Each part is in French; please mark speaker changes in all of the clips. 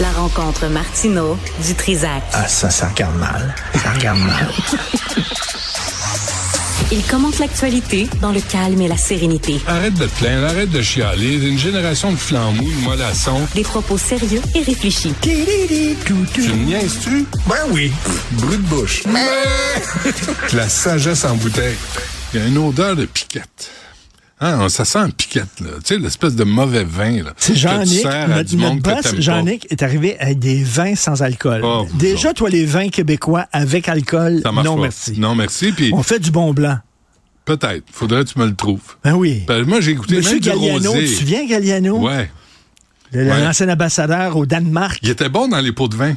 Speaker 1: La rencontre Martino du Trizac.
Speaker 2: Ah, ça, ça regarde mal. Ça regarde mal.
Speaker 1: Il commente l'actualité dans le calme et la sérénité.
Speaker 3: Arrête de te plaindre, arrête de chialer. Une génération de flambouilles, de mollassons.
Speaker 1: Des propos sérieux et réfléchis.
Speaker 3: Ben Tu me niaises-tu?
Speaker 2: Ben oui.
Speaker 3: Brut de bouche. La sagesse en bouteille. Il y a une odeur de piquette. Hein, ça sent un piquette, là. Tu sais, l'espèce de mauvais vin, là.
Speaker 4: C'est
Speaker 3: Que tu
Speaker 4: Jean-Nic,
Speaker 3: sers à
Speaker 4: notre,
Speaker 3: du
Speaker 4: notre
Speaker 3: monde que
Speaker 4: boss,
Speaker 3: t'aimes
Speaker 4: Jean-Nic, est arrivé avec des vins sans alcool.
Speaker 3: Oh, vous
Speaker 4: Déjà,
Speaker 3: autres.
Speaker 4: toi, les vins québécois avec alcool,
Speaker 3: pas. Ça marche
Speaker 4: non
Speaker 3: pas.
Speaker 4: merci.
Speaker 3: Non, merci. Puis
Speaker 4: On fait du bon blanc.
Speaker 3: peut-être, faudrait que tu me le trouves.
Speaker 4: Ben oui.
Speaker 3: Ben, moi, j'ai écouté
Speaker 4: Monsieur
Speaker 3: même du
Speaker 4: Galliano, tu
Speaker 3: rosé.
Speaker 4: te souviens Galliano?
Speaker 3: Ouais.
Speaker 4: Le-
Speaker 3: Ouais.
Speaker 4: L'ancien ambassadeur au Danemark.
Speaker 3: Il était bon dans les pots de vin.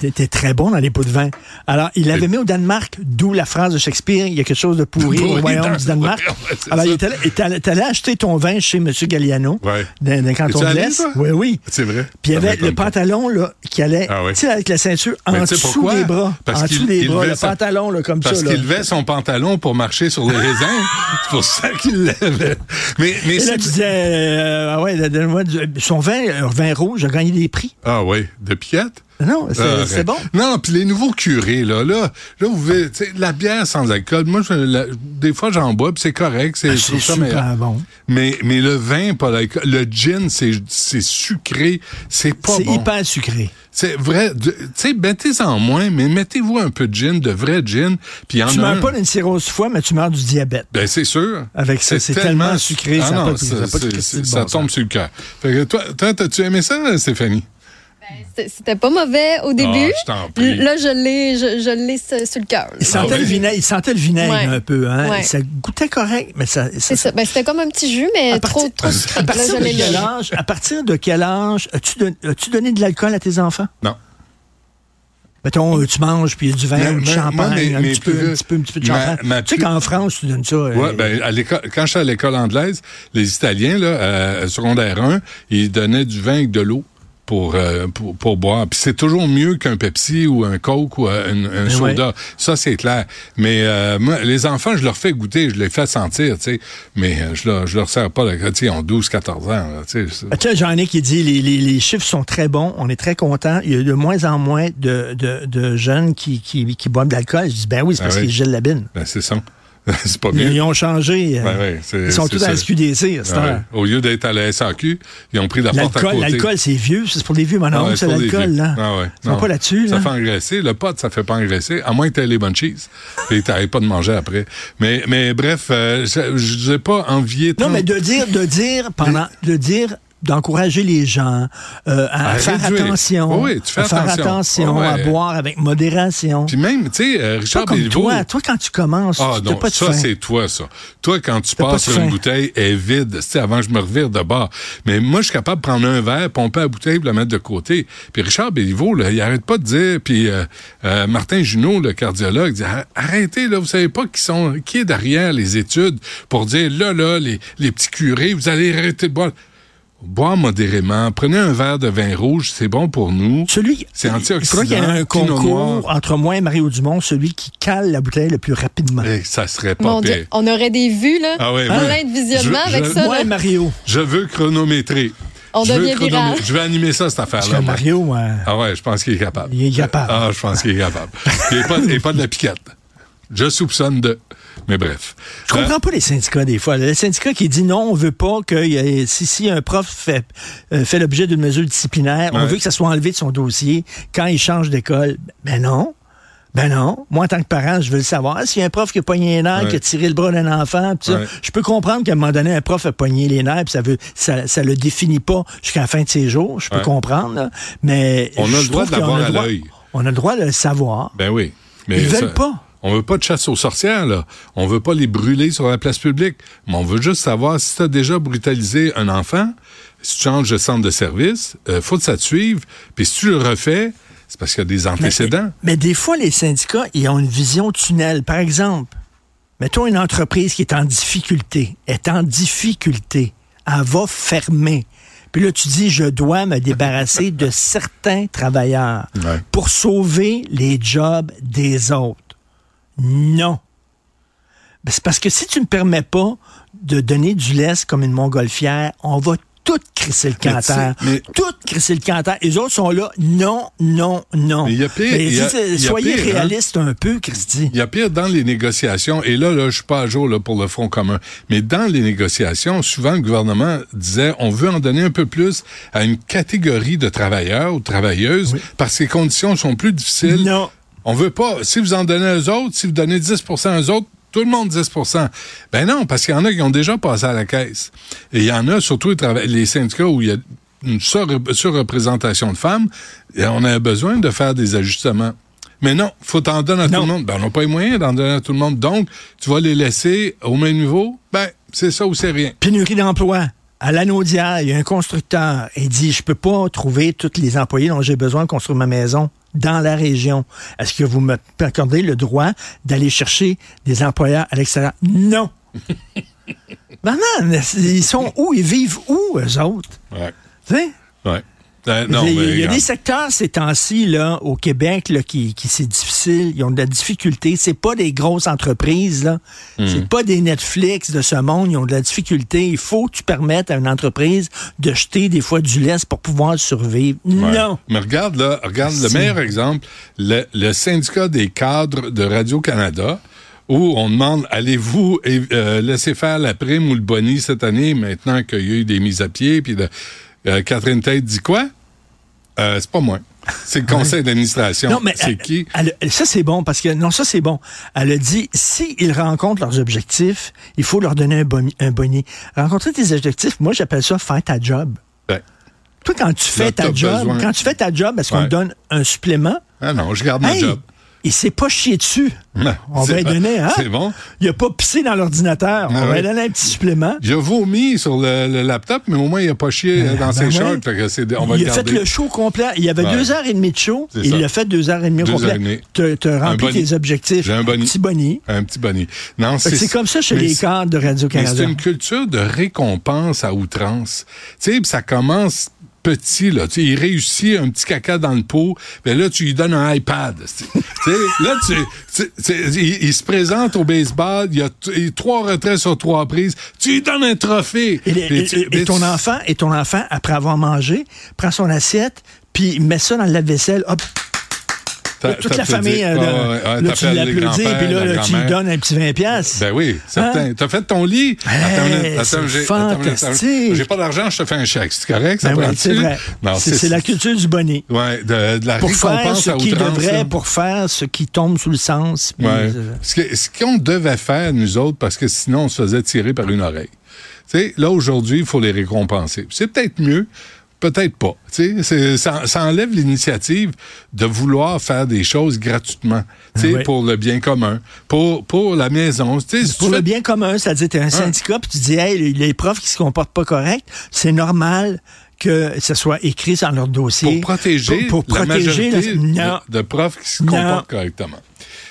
Speaker 4: Il était très bon dans les pots de vin. Alors, il avait
Speaker 3: Et-
Speaker 4: mis au Danemark, d'où la phrase de Shakespeare, il y a quelque chose de pourri
Speaker 3: Pourri
Speaker 4: au royaume
Speaker 3: dans
Speaker 4: du
Speaker 3: le
Speaker 4: Danemark.
Speaker 3: royaume, ouais, c'est
Speaker 4: Alors,
Speaker 3: ça.
Speaker 4: il était allé- il était allé t'allais acheter ton vin chez M. Galliano,
Speaker 3: Ouais.
Speaker 4: dans, dans le canton
Speaker 3: Es-tu
Speaker 4: de
Speaker 3: allé,
Speaker 4: l'Est.
Speaker 3: toi?
Speaker 4: Oui, oui.
Speaker 3: C'est vrai.
Speaker 4: Puis il y
Speaker 3: Ça
Speaker 4: avait
Speaker 3: m'étonne
Speaker 4: le
Speaker 3: pas.
Speaker 4: pantalon là, qui allait
Speaker 3: Ah oui.
Speaker 4: tu sais, avec la ceinture
Speaker 3: Mais
Speaker 4: en
Speaker 3: tu sais
Speaker 4: dessous
Speaker 3: pourquoi?
Speaker 4: des bras.
Speaker 3: Parce
Speaker 4: en
Speaker 3: qu'il-
Speaker 4: dessous des
Speaker 3: il
Speaker 4: bras,
Speaker 3: levait
Speaker 4: le
Speaker 3: sa-
Speaker 4: pantalon là, comme
Speaker 3: Parce
Speaker 4: ça. là.
Speaker 3: qu'il levait son pantalon pour marcher sur les raisins. c'est pour ça qu'il l'avait. Mais, mais
Speaker 4: Et là,
Speaker 3: c'est-
Speaker 4: tu disais, euh, ah ouais, donne-moi du- son vin, euh, vin rouge, a gagné des prix.
Speaker 3: Ah oui, de piètre.
Speaker 4: Non, c'est
Speaker 3: Ah,
Speaker 4: c'est bon.
Speaker 3: Non, puis les nouveaux curés, là, là, là vous pouvez, tu sais, la bière sans alcool, moi, je- la- des fois, j'en bois, puis c'est correct, c'est Ah, je
Speaker 4: Ah, C'est
Speaker 3: trouve ça
Speaker 4: super
Speaker 3: meilleur.
Speaker 4: bon.
Speaker 3: Mais, mais le vin, pas l'alcool, le gin, c'est c'est sucré, c'est pas
Speaker 4: C'est
Speaker 3: bon.
Speaker 4: hyper sucré.
Speaker 3: C'est vrai, de- tu sais, mettez-en moins, mais mettez-vous un peu de gin, de vrai gin, puis en
Speaker 4: Tu
Speaker 3: a
Speaker 4: meurs
Speaker 3: un-
Speaker 4: pas d'une cirrhose foie, mais tu meurs du diabète.
Speaker 3: Ben, c'est sûr.
Speaker 4: Avec ça, c'est tellement sucré,
Speaker 3: Ah
Speaker 4: ça a
Speaker 3: non,
Speaker 4: pas- ça a pas de
Speaker 3: c'est-
Speaker 4: Christine de
Speaker 3: ça
Speaker 4: bon
Speaker 3: tombe
Speaker 4: sens.
Speaker 3: sur le cœur. Fait que toi, toi, t'as-tu aimé ça, Stéphanie?
Speaker 5: C'est- C'était pas mauvais au début.
Speaker 3: Ah, je t'en prie.
Speaker 5: Là, je l'ai, je, je l'ai sur sur le cœur. là.
Speaker 4: Il sentait,
Speaker 3: ouais?
Speaker 4: le vinaigre, il sentait le vinaigre
Speaker 5: Ouais.
Speaker 4: un peu. Hein?
Speaker 5: Ouais.
Speaker 4: Ça goûtait correct, mais ça... ça-
Speaker 5: C'est ça. Ben, c'était comme un petit jus,
Speaker 4: À
Speaker 5: mais
Speaker 4: partir-
Speaker 5: trop, trop
Speaker 4: à
Speaker 5: sucré. Là,
Speaker 4: partir
Speaker 5: je
Speaker 4: de
Speaker 5: l'ai
Speaker 4: quel
Speaker 5: lâché.
Speaker 4: âge, à partir de quel âge as-tu don- as-tu donné de l'alcool à tes enfants?
Speaker 3: Non.
Speaker 4: Mettons, euh, tu manges, puis il y a du
Speaker 3: Mais-
Speaker 4: vin, du
Speaker 3: mais-
Speaker 4: champagne,
Speaker 3: moi, mes-
Speaker 4: un,
Speaker 3: mes
Speaker 4: petit peu,
Speaker 3: plus-
Speaker 4: un petit peu, un petit peu de
Speaker 3: ma-
Speaker 4: champagne.
Speaker 3: ma
Speaker 4: tu sais
Speaker 3: plus-
Speaker 4: qu'en France, tu donnes ça. euh,
Speaker 3: Ouais, ben, à l'école, quand j'étais à l'école anglaise, les Italiens, là, euh, secondaire 1, ils donnaient du vin avec de l'eau pour, euh, pour, pour boire. Puis c'est toujours mieux qu'un Pepsi ou un Coke ou euh,
Speaker 4: Ben
Speaker 3: un, un soda. Ça, c'est clair. Mais euh, moi, les enfants, je leur fais goûter, je les fais sentir, tu sais. Mais euh, je leur, je leur sers pas, la- tu sais, ils ont 12, 14 ans, là, tu sais.
Speaker 4: Ah, Tu sais, Jean-Nic, il dit les, les, les chiffres sont très bons, on est très content. Il y a de moins en moins de, de, de jeunes qui, qui, qui boivent de l'alcool. Je dis, ben oui, c'est
Speaker 3: Ah
Speaker 4: parce
Speaker 3: oui.
Speaker 4: qu'ils gèlent la bine.
Speaker 3: Ben, c'est ça. c'est pas
Speaker 4: Ils,
Speaker 3: mieux.
Speaker 4: ils ont changé. euh,
Speaker 3: Ben oui, c'est-
Speaker 4: ils sont
Speaker 3: c'est
Speaker 4: tous à
Speaker 3: ça.
Speaker 4: la SQDC. à cette
Speaker 3: Ouais.
Speaker 4: heure.
Speaker 3: Au lieu d'être à la SAQ, ils ont pris la porte à
Speaker 4: L'alcool,
Speaker 3: côté.
Speaker 4: l'alcool, c'est vieux. C'est pour les vieux, mon
Speaker 3: Ah
Speaker 4: homme,
Speaker 3: ouais,
Speaker 4: c'est
Speaker 3: pour les
Speaker 4: l'alcool,
Speaker 3: vieux.
Speaker 4: là.
Speaker 3: Ah ouais,
Speaker 4: Ils sont
Speaker 3: non.
Speaker 4: pas là-dessus, hein.
Speaker 3: Ça
Speaker 4: là.
Speaker 3: fait engraisser. Le pot, ça fait pas engraisser, à moins que t'aies les bonnes cheese. Et t'arrêtes pas de manger après. Mais, mais bref, euh, je je n'ai pas envié
Speaker 4: Non,
Speaker 3: tant-
Speaker 4: mais de dire, de dire pendant, de dire d'encourager les gens euh, à,
Speaker 3: À
Speaker 4: faire
Speaker 3: réduire.
Speaker 4: attention,
Speaker 3: Oui, oui, tu fais
Speaker 4: à faire
Speaker 3: attention.
Speaker 4: attention,
Speaker 3: Ouais,
Speaker 4: à
Speaker 3: ouais.
Speaker 4: boire avec modération.
Speaker 3: Puis même, tu sais, euh,
Speaker 4: Pas
Speaker 3: Richard
Speaker 4: comme
Speaker 3: Béliveau...
Speaker 4: toi, toi quand tu commences,
Speaker 3: Ah
Speaker 4: tu n'as
Speaker 3: non,
Speaker 4: pas de
Speaker 3: ça
Speaker 4: faim.
Speaker 3: c'est toi ça. Toi quand tu
Speaker 4: T'as pas
Speaker 3: passes
Speaker 4: de
Speaker 3: sur une
Speaker 4: faim.
Speaker 3: bouteille elle est vide, tu sais avant que je me revire de bord. Mais moi je suis capable de prendre un verre, pomper la bouteille, puis la mettre de côté. Puis Richard Béliveau là, il arrête pas de dire puis euh, euh, Martin Junot le cardiologue dit Ar- arrêtez là, vous savez pas qui sont qui est derrière les études pour dire là là les les petits curés, vous allez arrêter de boire. Boire modérément, prenez un verre de vin rouge, c'est bon pour nous.
Speaker 4: Celui,
Speaker 3: C'est
Speaker 4: Je crois
Speaker 3: antioxydant.
Speaker 4: qu'il y a un
Speaker 3: Pinot
Speaker 4: concours
Speaker 3: noir.
Speaker 4: entre moi et Mario Dumont, celui qui cale la bouteille le plus rapidement.
Speaker 3: Eh, ça serait pas
Speaker 5: Mon
Speaker 3: pire.
Speaker 5: Dieu, on aurait des vues, là.
Speaker 3: Ah ouais,
Speaker 5: plein
Speaker 3: ouais.
Speaker 5: de visionnements
Speaker 3: Je-
Speaker 5: avec
Speaker 3: je-
Speaker 5: ça.
Speaker 4: moi
Speaker 5: là.
Speaker 4: et Mario.
Speaker 3: Je veux chronométrer.
Speaker 5: On
Speaker 3: je veux
Speaker 5: devient
Speaker 3: chronomé-
Speaker 5: viral.
Speaker 3: Je vais animer ça, cette
Speaker 4: Parce
Speaker 3: affaire-là.
Speaker 4: que
Speaker 3: moi.
Speaker 4: Mario, euh,
Speaker 3: Ah ouais, je pense qu'il est capable.
Speaker 4: Il est capable.
Speaker 3: Ah, je pense qu'il est capable. Il n'est pas, il est pas de la piquette. Je soupçonne de... Mais bref.
Speaker 4: je comprends pas les syndicats des fois. Le syndicat qui dit non, on veut pas que euh, si, si un prof fait, euh, fait l'objet d'une mesure disciplinaire, on
Speaker 3: Ouais.
Speaker 4: veut que ça soit enlevé de son dossier quand il change d'école. Ben non. Ben non. Moi, en tant que parent, je veux le savoir. S'il y a un prof qui a pogné les nerfs,
Speaker 3: Ouais.
Speaker 4: qui a tiré le bras d'un enfant, pis ça,
Speaker 3: Ouais.
Speaker 4: je peux comprendre qu'à un moment donné, un prof a pogné les nerfs, pis ça veut, ça, ça le définit pas jusqu'à la fin de ses jours. Je peux
Speaker 3: Ouais.
Speaker 4: comprendre, là. mais
Speaker 3: On a le
Speaker 4: je
Speaker 3: droit
Speaker 4: trouve
Speaker 3: de
Speaker 4: qu'on
Speaker 3: l'avoir
Speaker 4: a
Speaker 3: à
Speaker 4: le droit-
Speaker 3: l'œil.
Speaker 4: On a le droit de le savoir.
Speaker 3: Ben oui. Mais
Speaker 4: Ils veulent pas.
Speaker 3: On veut pas de chasse aux sorcières, là. On veut pas les brûler sur la place publique. Mais on veut juste savoir si tu as déjà brutalisé un enfant, si tu changes de centre de service, euh, faut que ça te suive. Puis si tu le refais, c'est parce qu'il y a des antécédents.
Speaker 4: Mais des fois, les syndicats, ils ont une vision tunnel. Par exemple, mettons une entreprise qui est en difficulté, est en difficulté, elle va fermer. Puis là, tu dis, je dois me débarrasser de certains travailleurs
Speaker 3: Ouais.
Speaker 4: pour sauver les jobs des autres. Non. Ben, C'est parce que si tu ne me permets pas de donner du lest comme une montgolfière, on va tout crissé le camp à
Speaker 3: Mais tu sais,
Speaker 4: terre.
Speaker 3: mais-
Speaker 4: Tout crissé le camp à terre. Les autres sont là, non, non, non.
Speaker 3: Mais il y a pire,
Speaker 4: Mais
Speaker 3: il y a-
Speaker 4: dis-
Speaker 3: il y a
Speaker 4: soyez
Speaker 3: pire, hein.
Speaker 4: réaliste un peu, Christy.
Speaker 3: Il y a pire dans les négociations, et là, là je suis pas à jour là, pour le Front commun, mais dans les négociations, souvent le gouvernement disait on veut en donner un peu plus à une catégorie de travailleurs ou travailleuses parce que les conditions sont plus difficiles.
Speaker 4: Non.
Speaker 3: On veut pas, si vous en donnez aux autres, si vous donnez 10 aux autres, tout le monde 10 Ben non, parce qu'il y en a qui ont déjà passé à la caisse. Et il y en a, surtout les, trava- les syndicats où il y a une surrep- surreprésentation de femmes, et on a besoin de faire des ajustements. Mais non, faut t'en donner à
Speaker 4: Non.
Speaker 3: tout le monde. Ben, on n'a pas les moyens d'en donner à tout le monde. Donc, tu vas les laisser au même niveau? Ben, c'est ça ou c'est rien.
Speaker 4: Pénurie d'emploi. À l'Anaudière, il y a un constructeur. Il dit, je peux pas trouver tous les employés dont j'ai besoin pour construire ma maison dans la région. Est-ce que vous me accordez le droit d'aller chercher des employeurs à l'extérieur? Non! Maman, ils sont où? Ils vivent où, eux autres?
Speaker 3: Ouais.
Speaker 4: Tu sais?
Speaker 3: Ouais. Euh,
Speaker 4: Il y a-
Speaker 3: non, mais
Speaker 4: il y a
Speaker 3: regarde.
Speaker 4: des secteurs ces temps-ci là, au Québec là, qui, qui c'est difficile, ils ont de la difficulté. C'est pas des grosses entreprises, là.
Speaker 3: Hmm.
Speaker 4: c'est pas des Netflix de ce monde, ils ont de la difficulté. Il faut que tu permettes à une entreprise de jeter des fois du lest pour pouvoir survivre.
Speaker 3: Ouais.
Speaker 4: Non.
Speaker 3: Mais regarde là, regarde le
Speaker 4: Si.
Speaker 3: meilleur exemple, le, le syndicat des cadres de Radio-Canada, où on demande allez-vous eh, euh, laisser faire la prime ou le boni cette année, maintenant qu'il y a eu des mises à pied, puis de- euh, Catherine Tate dit quoi? Euh, c'est pas moi. C'est le conseil d'administration.
Speaker 4: Non, mais euh,
Speaker 3: c'est
Speaker 4: elle-
Speaker 3: qui?
Speaker 4: elle- elle- ça, c'est bon parce que. Non, ça, c'est bon. Elle a dit s'ils rencontrent leurs objectifs, il faut leur donner un, bon, un boni. Rencontrer tes objectifs, moi, j'appelle ça faire ta job.
Speaker 3: Ben,
Speaker 4: Toi, quand tu fais
Speaker 3: Là,
Speaker 4: ta
Speaker 3: t'as
Speaker 4: job,
Speaker 3: besoin.
Speaker 4: quand tu fais ta job, est-ce qu'on
Speaker 3: Ouais.
Speaker 4: te donne un supplément?
Speaker 3: ah non, je garde mon
Speaker 4: Hey,
Speaker 3: job.
Speaker 4: il s'est pas chié dessus.
Speaker 3: Non,
Speaker 4: On va
Speaker 3: c'est-
Speaker 4: lui donner, hein?
Speaker 3: C'est bon.
Speaker 4: Il a pas pissé dans l'ordinateur.
Speaker 3: Ah
Speaker 4: On va
Speaker 3: oui.
Speaker 4: lui donner un petit supplément.
Speaker 3: Je vomis sur le, le laptop, mais au moins, il a pas chié euh, dans
Speaker 4: Ben
Speaker 3: ses
Speaker 4: ouais.
Speaker 3: shorts. fait que c'est- on va
Speaker 4: il
Speaker 3: le
Speaker 4: a
Speaker 3: garder.
Speaker 4: fait le show complet. Il y avait
Speaker 3: Ouais.
Speaker 4: deux heures et demie de show.
Speaker 3: C'est
Speaker 4: Il
Speaker 3: ça.
Speaker 4: l'a fait deux heures et demie au
Speaker 3: Deux heures
Speaker 4: complet.
Speaker 3: et demie.
Speaker 4: Tu as
Speaker 3: Un
Speaker 4: rempli
Speaker 3: boni.
Speaker 4: tes objectifs.
Speaker 3: J'ai un boni.
Speaker 4: petit boni.
Speaker 3: Un petit boni. Non,
Speaker 4: Fait que C'est comme ça chez
Speaker 3: mais
Speaker 4: les
Speaker 3: c'est-
Speaker 4: cadres de
Speaker 3: Mais
Speaker 4: Radio-Canada.
Speaker 3: c'est une culture de récompense à outrance. Tu sais, puis ça commence petit, là. Tu sais, il réussit un petit caca dans le pot, mais là, tu lui donnes un iPad. Tu sais, là, tu, tu- tu- il, il se présente au baseball, il y a t- il y a trois retraits sur trois prises, tu lui donnes un trophée.
Speaker 4: Et,
Speaker 3: Mais
Speaker 4: et-
Speaker 3: tu-
Speaker 4: et- et
Speaker 3: mais
Speaker 4: ton
Speaker 3: tu-
Speaker 4: enfant, et ton enfant, après avoir mangé, prend son assiette, puis met ça dans le lave-vaisselle. Hop,
Speaker 3: t'as-
Speaker 4: toute
Speaker 3: t'as
Speaker 4: la
Speaker 3: tout
Speaker 4: famille,
Speaker 3: dit.
Speaker 4: euh,
Speaker 3: Ouais,
Speaker 4: là,
Speaker 3: ouais, ouais,
Speaker 4: là, tu
Speaker 3: t'appelles les
Speaker 4: l'applaudis,
Speaker 3: grands-pères,
Speaker 4: puis là,
Speaker 3: la
Speaker 4: là, tu lui
Speaker 3: grand-mère.
Speaker 4: donnes un petit Hein? 20$.
Speaker 3: Ben oui, certain. T'as fait ton lit. Attends, une minute,
Speaker 4: c'est
Speaker 3: attends, j'ai- attends, une minute, attends.
Speaker 4: fantastique.
Speaker 3: J'ai pas d'argent, je te fais un chèque. C'est correct? Ça
Speaker 4: Ben oui,
Speaker 3: prend-tu?
Speaker 4: c'est vrai.
Speaker 3: Non,
Speaker 4: C'est c'est la culture du bonnet.
Speaker 3: Ouais, de, de la
Speaker 4: Pour faire
Speaker 3: récompense
Speaker 4: ce
Speaker 3: à
Speaker 4: qui
Speaker 3: outrance,
Speaker 4: devrait,
Speaker 3: là.
Speaker 4: pour faire ce qui tombe sous le sens. puis,
Speaker 3: Ouais.
Speaker 4: euh,
Speaker 3: Ce que- ce qu'on devait faire, nous autres, parce que sinon, on se faisait tirer par une oreille. Tu sais, là, aujourd'hui, il faut les récompenser. Puis C'est peut-être mieux, peut-être pas. Tu sais, c'est- ça, ça enlève l'initiative de vouloir faire des choses gratuitement, tu sais,
Speaker 4: Ah ouais.
Speaker 3: pour le bien commun, pour, pour la maison. Tu sais, si tu
Speaker 4: Pour le
Speaker 3: fais- Hein?
Speaker 4: bien commun, c'est-à-dire, tu es un syndicat, puis tu dis, hey, les- les profs qui se comportent pas correct, c'est normal que ce soit écrit dans leur dossier.
Speaker 3: pour protéger,
Speaker 4: Pour, pour
Speaker 3: la
Speaker 4: protéger.
Speaker 3: majorité
Speaker 4: la- Non.
Speaker 3: de, de profs qui se
Speaker 4: Non. Eh ben,
Speaker 3: comportent correctement.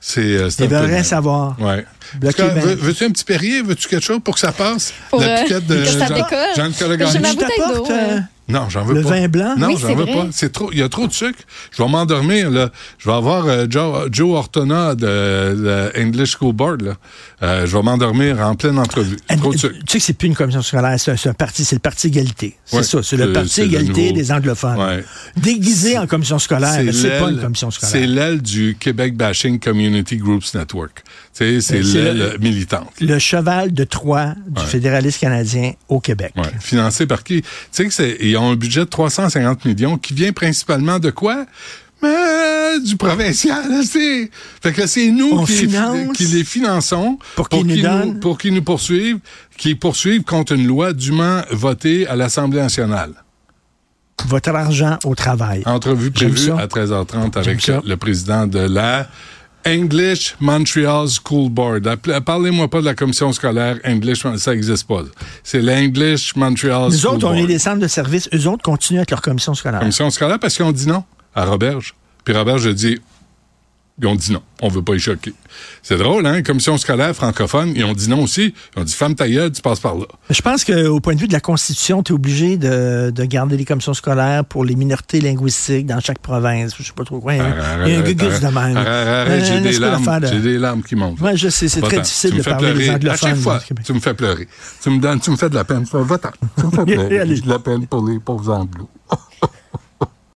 Speaker 3: C'est euh, c'est
Speaker 4: Ils
Speaker 3: un peu
Speaker 4: veulent rien
Speaker 3: mal.
Speaker 4: savoir.
Speaker 3: Ouais.
Speaker 4: Bloquer
Speaker 3: En tout
Speaker 4: le
Speaker 3: cas, veux-
Speaker 4: bain.
Speaker 3: Veux-tu un petit Perrier? Veux-tu quelque chose pour que ça passe?
Speaker 5: Pour,
Speaker 3: la
Speaker 5: euh,
Speaker 3: piquette de
Speaker 5: que ça
Speaker 3: Jean-
Speaker 5: décolle.
Speaker 3: Jean-Nicolas
Speaker 5: J'ai
Speaker 3: Gagnon.
Speaker 5: ma
Speaker 4: Je
Speaker 5: bouteille
Speaker 4: t'apporte,
Speaker 5: d'eau,
Speaker 4: euh,
Speaker 3: Non, j'en veux
Speaker 4: Le
Speaker 3: pas.
Speaker 4: vin blanc?
Speaker 3: Non,
Speaker 5: Oui,
Speaker 3: j'en
Speaker 5: c'est
Speaker 3: veux
Speaker 5: vrai.
Speaker 3: pas. C'est trop. Il y a trop de sucre. Je vais m'endormir là. Je vais avoir euh, Joe, Joe Ortona de, de English School Board là. Euh, je vais m'endormir en pleine entrevue. Trop de
Speaker 4: tu
Speaker 3: sucre.
Speaker 4: sais que c'est plus une commission scolaire, c'est un, c'est un parti, c'est le parti égalité. C'est
Speaker 3: Ouais,
Speaker 4: ça, c'est le
Speaker 3: c'est-
Speaker 4: parti
Speaker 3: c'est le
Speaker 4: égalité
Speaker 3: nouveau.
Speaker 4: des anglophones.
Speaker 3: Ouais.
Speaker 4: Déguisé en commission scolaire, mais Ben, c'est pas
Speaker 3: l'aile-
Speaker 4: une commission
Speaker 3: C'est
Speaker 4: scolaire.
Speaker 3: l'aile du Québec Bashing Community Groups Network. Tu sais, c'est
Speaker 4: Euh, c'est
Speaker 3: l'aile militante.
Speaker 4: Le cheval de Troie du fédéraliste canadien au Québec.
Speaker 3: Ouais. Financé par qui? Tu sais que c'est, ils ont un budget de 350 millions qui vient principalement de quoi? Mais, du provincial, tu sais. Fait que c'est nous
Speaker 4: On
Speaker 3: qui,
Speaker 4: finance
Speaker 3: qui les finançons
Speaker 4: pour qu'ils nous donnent.
Speaker 3: pour qu'ils nous poursuivent, qui poursuivent contre une loi dûment votée à l'Assemblée nationale.
Speaker 4: Votre argent au travail.
Speaker 3: Entrevue
Speaker 4: J'aime
Speaker 3: prévue
Speaker 4: ça.
Speaker 3: à 13h30 avec
Speaker 4: ça.
Speaker 3: euh, le président de la English Montreal School Board. Appelez- Parlez-moi pas de la commission scolaire English, ça existe pas. C'est l'English Montreal
Speaker 4: Nous
Speaker 3: School
Speaker 4: autres, on
Speaker 3: Board.
Speaker 4: est des centres de service. Eux autres Ah. continuent avec leur commission scolaire.
Speaker 3: commission scolaire parce qu'on dit non à Roberge. Puis Roberge a dit Ils ont dit non. On veut pas les choquer. C'est drôle, hein? Commission scolaire francophone, ils ont dit non aussi. Ils ont dit femme ta gueule, tu passes par là.
Speaker 4: Je pense qu'au point de vue de la Constitution, tu es obligé de, de garder les commissions scolaires pour les minorités linguistiques dans chaque province. Je sais pas trop quoi. Il y a un- il y a un
Speaker 3: Arrête,
Speaker 4: gugus de même.
Speaker 3: arrête, arrête, arrête,
Speaker 4: Euh,
Speaker 3: J'ai
Speaker 4: une
Speaker 3: des
Speaker 4: espèce d'affaire
Speaker 3: larmes.
Speaker 4: de-
Speaker 3: J'ai des larmes qui montent.
Speaker 4: Ouais, je sais, c'est
Speaker 3: Va-t'en.
Speaker 4: très difficile
Speaker 3: Tu me
Speaker 4: de
Speaker 3: fais
Speaker 4: parler
Speaker 3: pleurer.
Speaker 4: des
Speaker 3: À
Speaker 4: anglophones.
Speaker 3: chaque fois, tu me fais pleurer. Tu me donnes, tu me fais de la peine. Va-t'en. Tu me fais pleurer.
Speaker 4: Allez.
Speaker 3: J'ai de la peine pour les pauvres anglos.